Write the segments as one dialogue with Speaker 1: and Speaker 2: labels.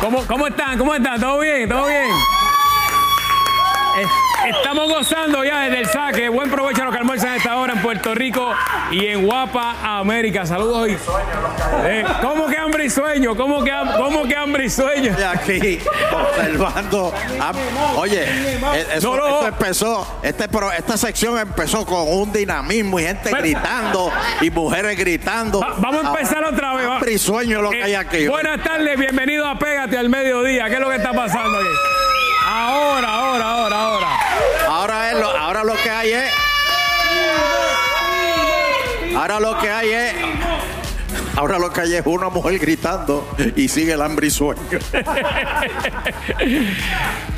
Speaker 1: ¿Cómo, ¿Cómo están? ¿Cómo están? ¿Todo bien? ¿Todo bien? Es- Estamos gozando ya desde el saque. Buen provecho a los que almuerzan a esta hora en Puerto Rico y en Guapa, América. Saludos. Y... Eh, ¿Cómo que hambre y sueño? ¿Cómo que, ham- cómo que hambre y sueño?
Speaker 2: Estoy aquí observando. a- oye, eh, eso,
Speaker 1: No, no.
Speaker 2: eso empezó, este, pro- esta sección empezó con un dinamismo y gente
Speaker 1: Pero-
Speaker 2: gritando y mujeres gritando.
Speaker 1: Va- vamos a empezar otra vez, va.
Speaker 2: Hambre y sueño es lo que
Speaker 1: Eh,
Speaker 2: hay aquí.
Speaker 1: buenas tardes, bienvenido a Pégate al Mediodía. ¿Qué es lo que está pasando aquí? Ahora, ahora, ahora, ahora.
Speaker 2: Ahora, es lo, ahora lo que hay es. Ahora lo que hay es. Ahora lo que hay es una mujer gritando y sigue el hambre y sueño.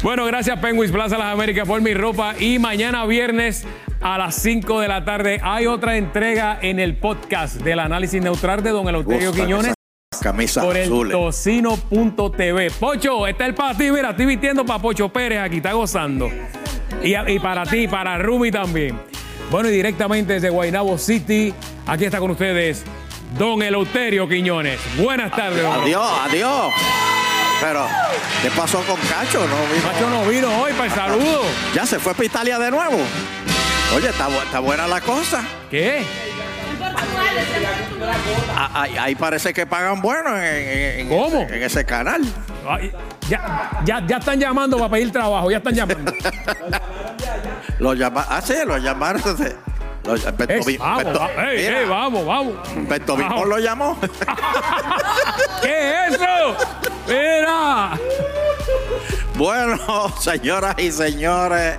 Speaker 1: Bueno, gracias Penguins Plaza Las Américas por mi ropa y mañana viernes a las 5 de la tarde hay otra entrega en el podcast del análisis neutral de Don Eleuterio
Speaker 2: Gustan
Speaker 1: Quiñones
Speaker 2: esas Camisas
Speaker 1: por el
Speaker 2: azules.
Speaker 1: tocino.tv. Pocho, este es el para ti, mira, estoy vistiendo para Pocho Pérez aquí, está gozando. Y, y para ti, para Rumi también. Bueno, y directamente desde Guaynabo City, aquí está con ustedes Don Eleuterio Quiñones. Buenas tardes, don.
Speaker 2: Adiós, adiós. Pero, ¿qué pasó con Cacho? No vino.
Speaker 1: Pacho no vino hoy para el saludo.
Speaker 2: Ya se fue para Italia de nuevo. Oye, está, bu- está buena la cosa.
Speaker 1: ¿Qué?
Speaker 2: A- Ah, Ahí, ahí parece que pagan bueno en, en- en
Speaker 1: ¿Cómo?
Speaker 2: ese, en ese canal.
Speaker 1: Ay, ya, ya, ya están llamando para pedir trabajo, ya están llamando.
Speaker 2: Lo llama, ah, sí, lo llamaron. de- lo-
Speaker 1: Eh,
Speaker 2: Beto Vi-
Speaker 1: vamos,
Speaker 2: Beto-
Speaker 1: va- ey,
Speaker 2: mira,
Speaker 1: ey, vamos, vamos.
Speaker 2: Beto
Speaker 1: Vamos.
Speaker 2: Vimón lo llamó.
Speaker 1: ¿Qué es eso? Mira.
Speaker 2: bueno, señoras y señores,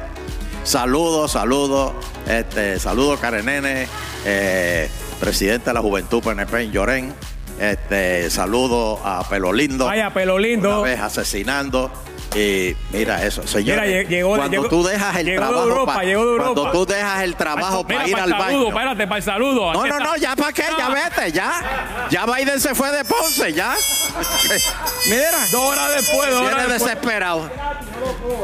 Speaker 2: saludos, saludos. Este, saludos, Karenene, eh, presidente de la Juventud PNP en Llorén. Este, saludos a Pelo Lindo.
Speaker 1: Vaya, oh. pelo
Speaker 2: una
Speaker 1: lindo.
Speaker 2: vez asesinando. Y mira eso, señores.
Speaker 1: Mira, lle- llegó-
Speaker 2: cuando
Speaker 1: llegó-
Speaker 2: tú dejas el
Speaker 1: llegó de
Speaker 2: trabajo,
Speaker 1: Europa,
Speaker 2: pa-
Speaker 1: llegó de Europa.
Speaker 2: cuando tú dejas el trabajo
Speaker 1: Mira,
Speaker 2: para ir
Speaker 1: para
Speaker 2: al
Speaker 1: el saludo,
Speaker 2: baño.
Speaker 1: espérate, para el saludo.
Speaker 2: No,
Speaker 1: Aquí
Speaker 2: no,
Speaker 1: está.
Speaker 2: no, ya para qué, ya
Speaker 1: No.
Speaker 2: vete, ya. Ya Biden se fue de Ponce, ya. Mira,
Speaker 1: Dos horas después, dos horas
Speaker 2: viene
Speaker 1: después.
Speaker 2: desesperado.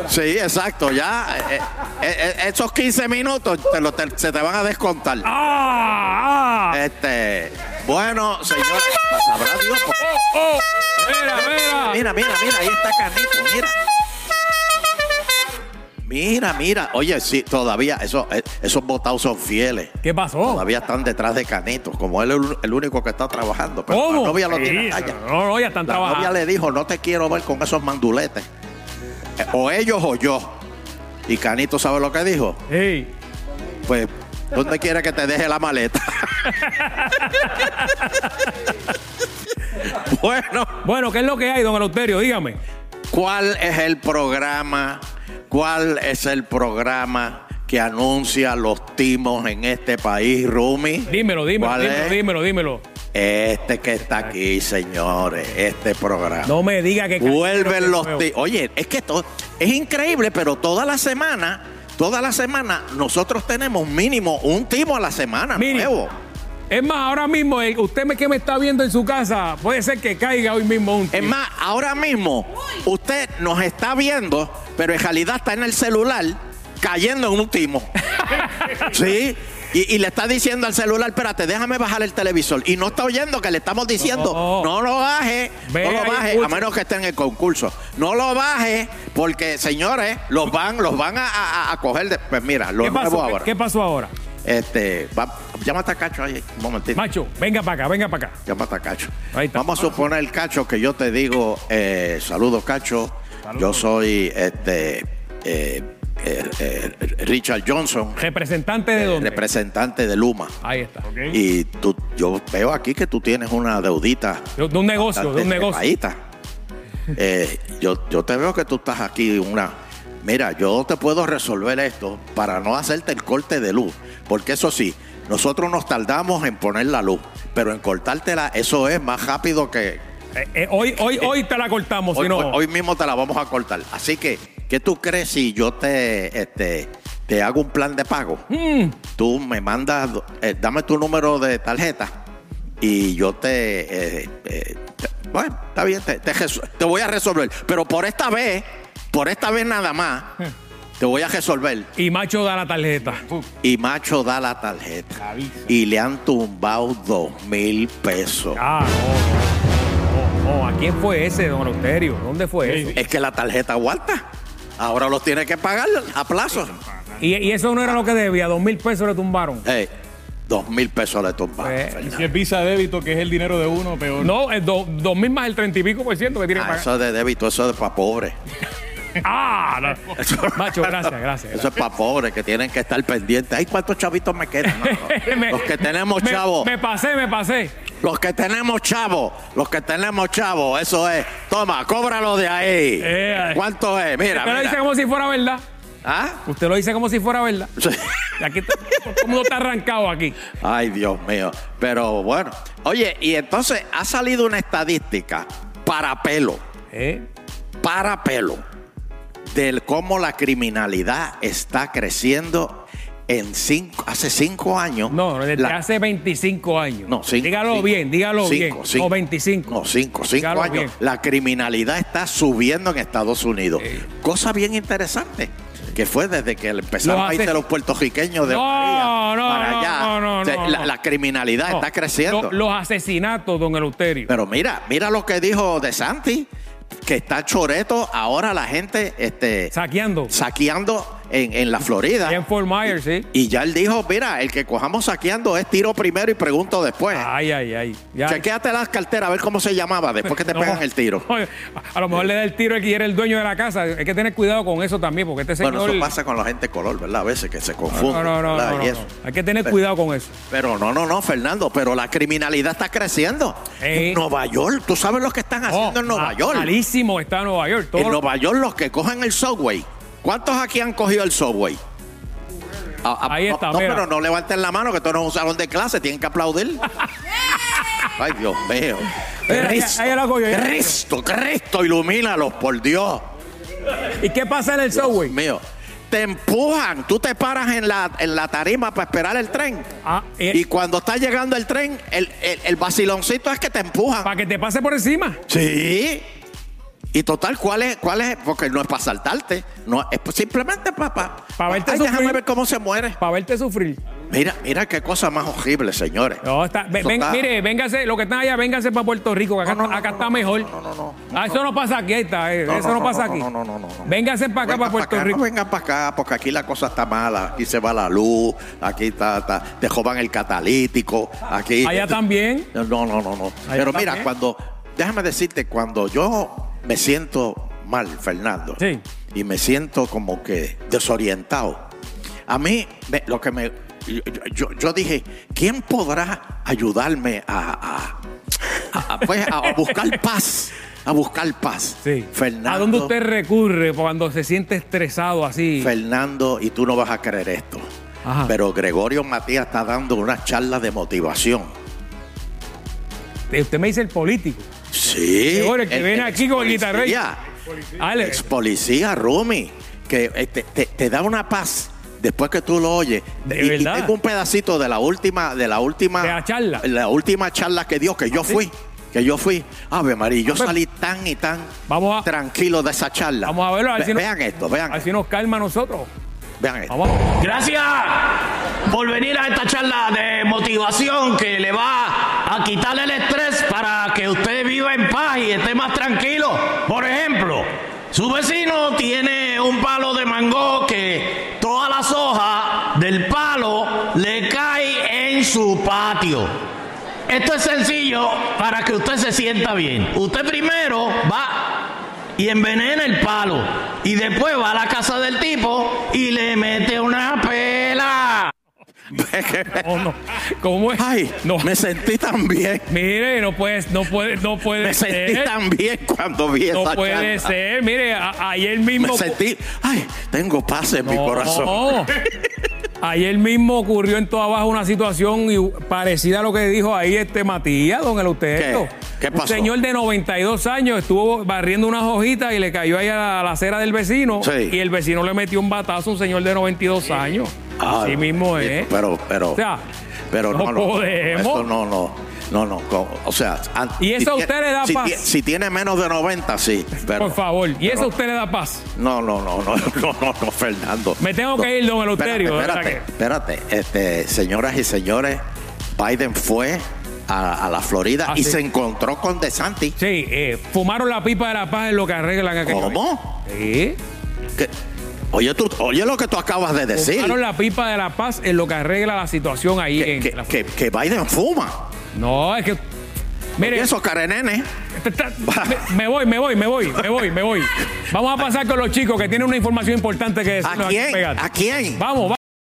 Speaker 2: Sí, exacto, ya. eh, eh, eh, esos 15 minutos te lo- te- se te van a descontar.
Speaker 1: ¡Ah! ah.
Speaker 2: Este, bueno, señores, sabrá Dios por qué.
Speaker 1: ¡Oh! Mira, mira.
Speaker 2: Mira, mira, mira, ahí está Canito, mira. Mira, mira. Oye, sí, todavía eso, eh, esos votados son fieles.
Speaker 1: ¿Qué pasó?
Speaker 2: Todavía están detrás de Canito, como él es el- el único que está trabajando. Pero
Speaker 1: ¿Cómo?
Speaker 2: la novia lo tiene
Speaker 1: Sí,
Speaker 2: calla.
Speaker 1: No, no, ya están
Speaker 2: La novia
Speaker 1: trabajando.
Speaker 2: le dijo, no te quiero ver con esos manduletes. Eh, O ellos o yo. Y Canito, ¿sabe lo que dijo?
Speaker 1: Ey.
Speaker 2: Pues, ¿dónde quiere que te deje la maleta? bueno.
Speaker 1: Bueno, ¿qué es lo que hay, don Eleuterio? Dígame.
Speaker 2: ¿Cuál es el programa? ¿Cuál es el programa que anuncia los timos en este país, Rumi?
Speaker 1: Dímelo, dímelo,
Speaker 2: ¿Cuál
Speaker 1: dímelo,
Speaker 2: es?
Speaker 1: dímelo, dímelo.
Speaker 2: Este que está aquí, señores, este programa.
Speaker 1: No me diga que.
Speaker 2: Vuelven los
Speaker 1: Nuevo.
Speaker 2: ti- Oye, es que todo es increíble, pero toda la semana, toda la semana nosotros tenemos mínimo un timo a la semana
Speaker 1: Mínimo.
Speaker 2: nuevo.
Speaker 1: Es más, ahora mismo, el- usted me- que me está viendo en su casa, puede ser que caiga hoy mismo un
Speaker 2: Es
Speaker 1: tiro.
Speaker 2: más, ahora mismo usted nos está viendo, pero en realidad está en el celular cayendo en un timo. ¿Sí? Y, y le está diciendo al celular, espérate, déjame bajar el televisor. Y no está oyendo que le estamos diciendo,
Speaker 1: No.
Speaker 2: no, lo baje,
Speaker 1: Ve
Speaker 2: no
Speaker 1: ahí,
Speaker 2: lo baje, a
Speaker 1: escucha.
Speaker 2: menos que esté en el concurso. No lo baje, porque señores, los van, los van a, a- a coger. de- pues mira, lo
Speaker 1: ¿Qué
Speaker 2: nuevo
Speaker 1: pasó?
Speaker 2: ahora.
Speaker 1: ¿Qué pasó ahora?
Speaker 2: Este, va- llámate a Cacho ahí, un momentito.
Speaker 1: Macho, venga para acá, venga para acá.
Speaker 2: Llámate a Cacho.
Speaker 1: Ahí está.
Speaker 2: Vamos a suponer, Cacho, que yo te digo, eh, saludos, Cacho. Yo soy este eh, eh, eh, Richard Johnson,
Speaker 1: ¿Representante de
Speaker 2: eh,
Speaker 1: dónde?
Speaker 2: representante de Luma.
Speaker 1: Ahí está.
Speaker 2: Y tú, yo veo aquí que tú tienes una deudita.
Speaker 1: De de un negocio, de un
Speaker 2: bastante
Speaker 1: negocio.
Speaker 2: trepadita. Eh, yo, yo te veo que tú estás aquí una... Mira, yo te puedo resolver esto para no hacerte el corte de luz. Porque eso sí, nosotros nos tardamos en poner la luz, pero en cortártela, eso es más rápido que...
Speaker 1: Eh, eh, hoy, hoy, hoy te la cortamos,
Speaker 2: Hoy,
Speaker 1: si no.
Speaker 2: hoy- hoy mismo te la vamos a cortar. Así que, ¿qué tú crees si yo te, este, te hago un plan de pago?
Speaker 1: Hmm.
Speaker 2: Tú me mandas, eh, dame tu número de tarjeta y yo te... eh, eh, te- bueno, está bien, te, te resu- te voy a resolver. Pero por esta vez, por esta vez nada más,
Speaker 1: Hmm.
Speaker 2: te voy a resolver.
Speaker 1: Y Macho da la tarjeta.
Speaker 2: Y Macho da la tarjeta. Y le han tumbado dos mil pesos.
Speaker 1: Ah, no, no, no, No, ¿a quién fue ese, don Euterio? ¿Dónde fue eso?
Speaker 2: Es que la tarjeta aguanta. Ahora los tiene que pagar a plazo.
Speaker 1: Y, y eso no era lo que debía, dos mil pesos le tumbaron.
Speaker 2: Eh, dos mil pesos le tumbaron.
Speaker 1: Eh,
Speaker 2: Fernando.
Speaker 3: Si es visa débito, que es el dinero de uno, peor.
Speaker 1: No, es do- dos mil más el treinta y pico por ciento que tiene que
Speaker 2: Ah,
Speaker 1: pagar.
Speaker 2: eso es de débito, eso es para pobres.
Speaker 1: Ah, no. Macho, gracias, gracias.
Speaker 2: Eso es para pobres que tienen que estar pendientes. Ay, ¿cuántos chavitos me quedan? No, no.
Speaker 1: Me-
Speaker 2: los que tenemos
Speaker 1: me-
Speaker 2: chavos,
Speaker 1: Me pasé, me pasé.
Speaker 2: los que tenemos chavos, los que tenemos chavos, eso es. Toma, cóbralo de ahí.
Speaker 1: Eh,
Speaker 2: ¿Cuánto es? Ah, Mira,
Speaker 1: Usted lo dice
Speaker 2: mira.
Speaker 1: como si fuera verdad.
Speaker 2: ¿Ah?
Speaker 1: Usted lo dice como si fuera verdad. Aquí t- todo el mundo está arrancado aquí.
Speaker 2: Ay, Dios mío. Pero bueno. Oye, y entonces ha salido una estadística para pelo,
Speaker 1: ¿Eh?
Speaker 2: para pelo, del cómo la criminalidad está creciendo en cinco, hace cinco años.
Speaker 1: No, desde
Speaker 2: La-
Speaker 1: hace 25 años.
Speaker 2: No, cinco,
Speaker 1: Dígalo
Speaker 2: cinco.
Speaker 1: bien, dígalo
Speaker 2: Cinco,
Speaker 1: bien.
Speaker 2: cinco.
Speaker 1: O 25.
Speaker 2: No, cinco, cinco
Speaker 1: Dígalo
Speaker 2: años.
Speaker 1: bien.
Speaker 2: La criminalidad está subiendo en Estados Unidos. Cosa bien interesante. Que fue desde que empezaron
Speaker 1: Los
Speaker 2: a irse
Speaker 1: hace-
Speaker 2: los puertorriqueños de
Speaker 1: No,
Speaker 2: Bahía
Speaker 1: no,
Speaker 2: para
Speaker 1: no,
Speaker 2: allá.
Speaker 1: no, no,
Speaker 2: O sea,
Speaker 1: no,
Speaker 2: la,
Speaker 1: no.
Speaker 2: la criminalidad
Speaker 1: No,
Speaker 2: está creciendo.
Speaker 1: lo- los asesinatos, don Eleuterio.
Speaker 2: Pero mira, mira lo que dijo De Santi, que está choreto ahora la gente este,
Speaker 1: Saqueando.
Speaker 2: saqueando en, en la Florida.
Speaker 1: Y en Fort Myers, sí.
Speaker 2: Y ya él dijo, mira, el que cojamos saqueando es tiro primero y pregunto después.
Speaker 1: Ay, ay, ay. Ah, Ya.
Speaker 2: Chequéate las carteras a ver cómo se llamaba después que te
Speaker 1: No.
Speaker 2: pegan el tiro.
Speaker 1: No, A lo mejor le da el tiro el que era el dueño de la casa. Hay que tener cuidado con eso también, porque este señor.
Speaker 2: Bueno, eso pasa con la gente de color, ¿verdad? A veces que se confunde.
Speaker 1: no, no, no,
Speaker 2: ¿verdad?
Speaker 1: no,
Speaker 2: Y
Speaker 1: no,
Speaker 2: eso.
Speaker 1: no. Hay que tener
Speaker 2: Pero-
Speaker 1: cuidado con eso.
Speaker 2: Pero no, no, no, Fernando, pero la criminalidad está creciendo.
Speaker 1: Eh.
Speaker 2: En Nueva York, tú sabes lo que están haciendo
Speaker 1: Oh,
Speaker 2: en Nueva
Speaker 1: ma-
Speaker 2: York.
Speaker 1: Malísimo está Nueva York. Todo
Speaker 2: En Nueva York, los que cogen el subway. ¿Cuántos aquí han cogido el subway? Ah, ah,
Speaker 1: Ahí
Speaker 2: no,
Speaker 1: está,
Speaker 2: no,
Speaker 1: mira.
Speaker 2: pero no levanten la mano, que esto no es un salón de clase, tienen que aplaudir. Ay, Dios mío.
Speaker 1: Mira,
Speaker 2: Cristo,
Speaker 1: ahí- ahí la cogió, ya.
Speaker 2: Cristo, Cristo, ilumínalos, por Dios.
Speaker 1: ¿Y qué pasa en el subway?
Speaker 2: Dios mío. Te empujan, tú te paras en la, en la tarima para esperar el tren.
Speaker 1: Ah, eh,
Speaker 2: Y cuando está llegando el tren, el, el- el vaciloncito es que te empujan.
Speaker 1: Para que te pase por encima.
Speaker 2: Sí. Y total, ¿cuál es? ¿Cuál es? Porque no es para saltarte, no, es simplemente para... Para
Speaker 1: Pa' verte
Speaker 2: déjame
Speaker 1: sufrir.
Speaker 2: ver cómo se muere.
Speaker 1: Para verte sufrir.
Speaker 2: Mira, mira qué cosa más horrible, señores.
Speaker 1: No, está, ve-
Speaker 2: Eso
Speaker 1: ven-
Speaker 2: está-
Speaker 1: Mire, véngase, lo que están allá, véngase para Puerto Rico, que acá,
Speaker 2: No, no, no,
Speaker 1: acá
Speaker 2: no,
Speaker 1: está
Speaker 2: no,
Speaker 1: mejor.
Speaker 2: no, no, no,
Speaker 1: Ah, eso no pasa aquí, ahí está, eh,
Speaker 2: No,
Speaker 1: eso
Speaker 2: no,
Speaker 1: no,
Speaker 2: no,
Speaker 1: pasa
Speaker 2: no,
Speaker 1: aquí.
Speaker 2: no, no, no, no, no.
Speaker 1: Véngase para acá,
Speaker 2: Venga
Speaker 1: para Puerto
Speaker 2: acá,
Speaker 1: Rico.
Speaker 2: No vengan para acá, porque aquí la cosa está mala. Aquí se va la luz, aquí está, está- te jodan el catalítico, aquí...
Speaker 1: Allá también.
Speaker 2: No, no, no, no.
Speaker 1: Allá
Speaker 2: Pero mira,
Speaker 1: también.
Speaker 2: cuando... Déjame decirte, cuando yo me siento mal, Fernando,
Speaker 1: Sí.
Speaker 2: y me siento como que desorientado, a mí me- lo que me... Yo, yo- yo dije, ¿quién podrá ayudarme a, a- a- a- pues, a- a buscar paz? A buscar paz.
Speaker 1: Sí.
Speaker 2: Fernando.
Speaker 1: ¿A dónde usted recurre cuando se siente estresado así?
Speaker 2: Fernando, y tú no vas a creer esto,
Speaker 1: Ajá.
Speaker 2: pero Gregorio Matías está dando una charla de motivación.
Speaker 1: Eh, Usted me dice el político.
Speaker 2: Sí.
Speaker 1: Gregorio, el que viene aquí con el guitarrista.
Speaker 2: policía,
Speaker 1: Ale,
Speaker 2: Ex policía, Rumi, que eh, te, te- te da una paz después que tú lo oyes.
Speaker 1: ¿De
Speaker 2: y, y
Speaker 1: verdad?
Speaker 2: tengo un pedacito de la última, de la última,
Speaker 1: De la charla.
Speaker 2: la última charla que dio, que yo fui, que yo fui. Ave María, yo
Speaker 1: Hombre.
Speaker 2: salí tan y tan
Speaker 1: Vamos a-
Speaker 2: tranquilo de esa charla.
Speaker 1: vamos a verlo, a ver
Speaker 2: Ve-
Speaker 1: si no-
Speaker 2: vean esto, vean,
Speaker 1: así nos calma a nosotros.
Speaker 2: vean esto.
Speaker 1: Vamos.
Speaker 4: Gracias por venir a esta charla de motivación que le va a quitar el estrés para que usted viva en paz y esté más tranquilo. Por ejemplo, su vecino tiene un palo de mango que todas las hojas del palo le caen en su patio. Esto es sencillo para que usted se sienta bien. Usted primero va y envenena el palo. Y después va a la casa del tipo y le mete una pela.
Speaker 1: Oh, no. ¿Cómo es?
Speaker 2: Ay,
Speaker 1: no.
Speaker 2: me sentí tan bien.
Speaker 1: Mire, no puedes, no puedes, no puede
Speaker 2: Me sentí
Speaker 1: ser.
Speaker 2: tan bien cuando vi
Speaker 1: No
Speaker 2: esa
Speaker 1: puede
Speaker 2: charla.
Speaker 1: ser. Mire, a- ayer mismo.
Speaker 2: Me sentí, ay, tengo paz en mi
Speaker 1: No.
Speaker 2: corazón.
Speaker 1: Ayer mismo ocurrió en toda baja una situación y- parecida a lo que dijo ahí este Matías, don Eleuterio.
Speaker 2: ¿Qué? ¿Qué
Speaker 1: Un
Speaker 2: pasó?
Speaker 1: señor de 92 años estuvo barriendo unas hojitas y le cayó ahí a la, a la acera del vecino.
Speaker 2: Sí.
Speaker 1: Y el vecino le metió un batazo a un señor de 92 años.
Speaker 2: Ah,
Speaker 1: Así mismo es.
Speaker 2: Pero, pero,
Speaker 1: O sea,
Speaker 2: pero
Speaker 1: no
Speaker 2: no, no,
Speaker 1: podemos.
Speaker 2: esto no, no, no, no, co- o sea, an-
Speaker 1: Y eso a
Speaker 2: tie-
Speaker 1: usted le da
Speaker 2: si
Speaker 1: paz.
Speaker 2: tie- Si tiene menos de 90, sí, pero
Speaker 1: por favor. Y eso a
Speaker 2: pero-
Speaker 1: usted le da paz.
Speaker 2: No, no, no, no, no, no, no, Fernando.
Speaker 1: Me tengo
Speaker 2: No,
Speaker 1: que ir, don ¿eh? Eleuterio,
Speaker 2: Espérate,
Speaker 1: ¿verdad
Speaker 2: espérate, espérate. Este, señoras y señores, Biden fue a, a la Florida
Speaker 1: Ah,
Speaker 2: y
Speaker 1: sí.
Speaker 2: se encontró con DeSantis.
Speaker 1: Sí, eh, fumaron la pipa de la paz en lo que arreglan aquello.
Speaker 2: ¿Cómo?
Speaker 1: Sí.
Speaker 2: ¿Qué? Oye, tú, oye lo que tú acabas de decir.
Speaker 1: Fumaron la pipa de la paz en lo que arregla la situación ahí
Speaker 2: Que,
Speaker 1: en
Speaker 2: que-
Speaker 1: la-
Speaker 2: que- que Biden fuma.
Speaker 1: No, es que. Mire,
Speaker 2: Eso, Karenene.
Speaker 1: te- te- me, me voy, me voy, me voy, me voy, me voy. Vamos a pasar con los chicos que tienen una información importante que decirnos.
Speaker 2: ¿A
Speaker 1: aquí,
Speaker 2: quién?
Speaker 1: pégate.
Speaker 2: ¿A quién?
Speaker 1: Vamos,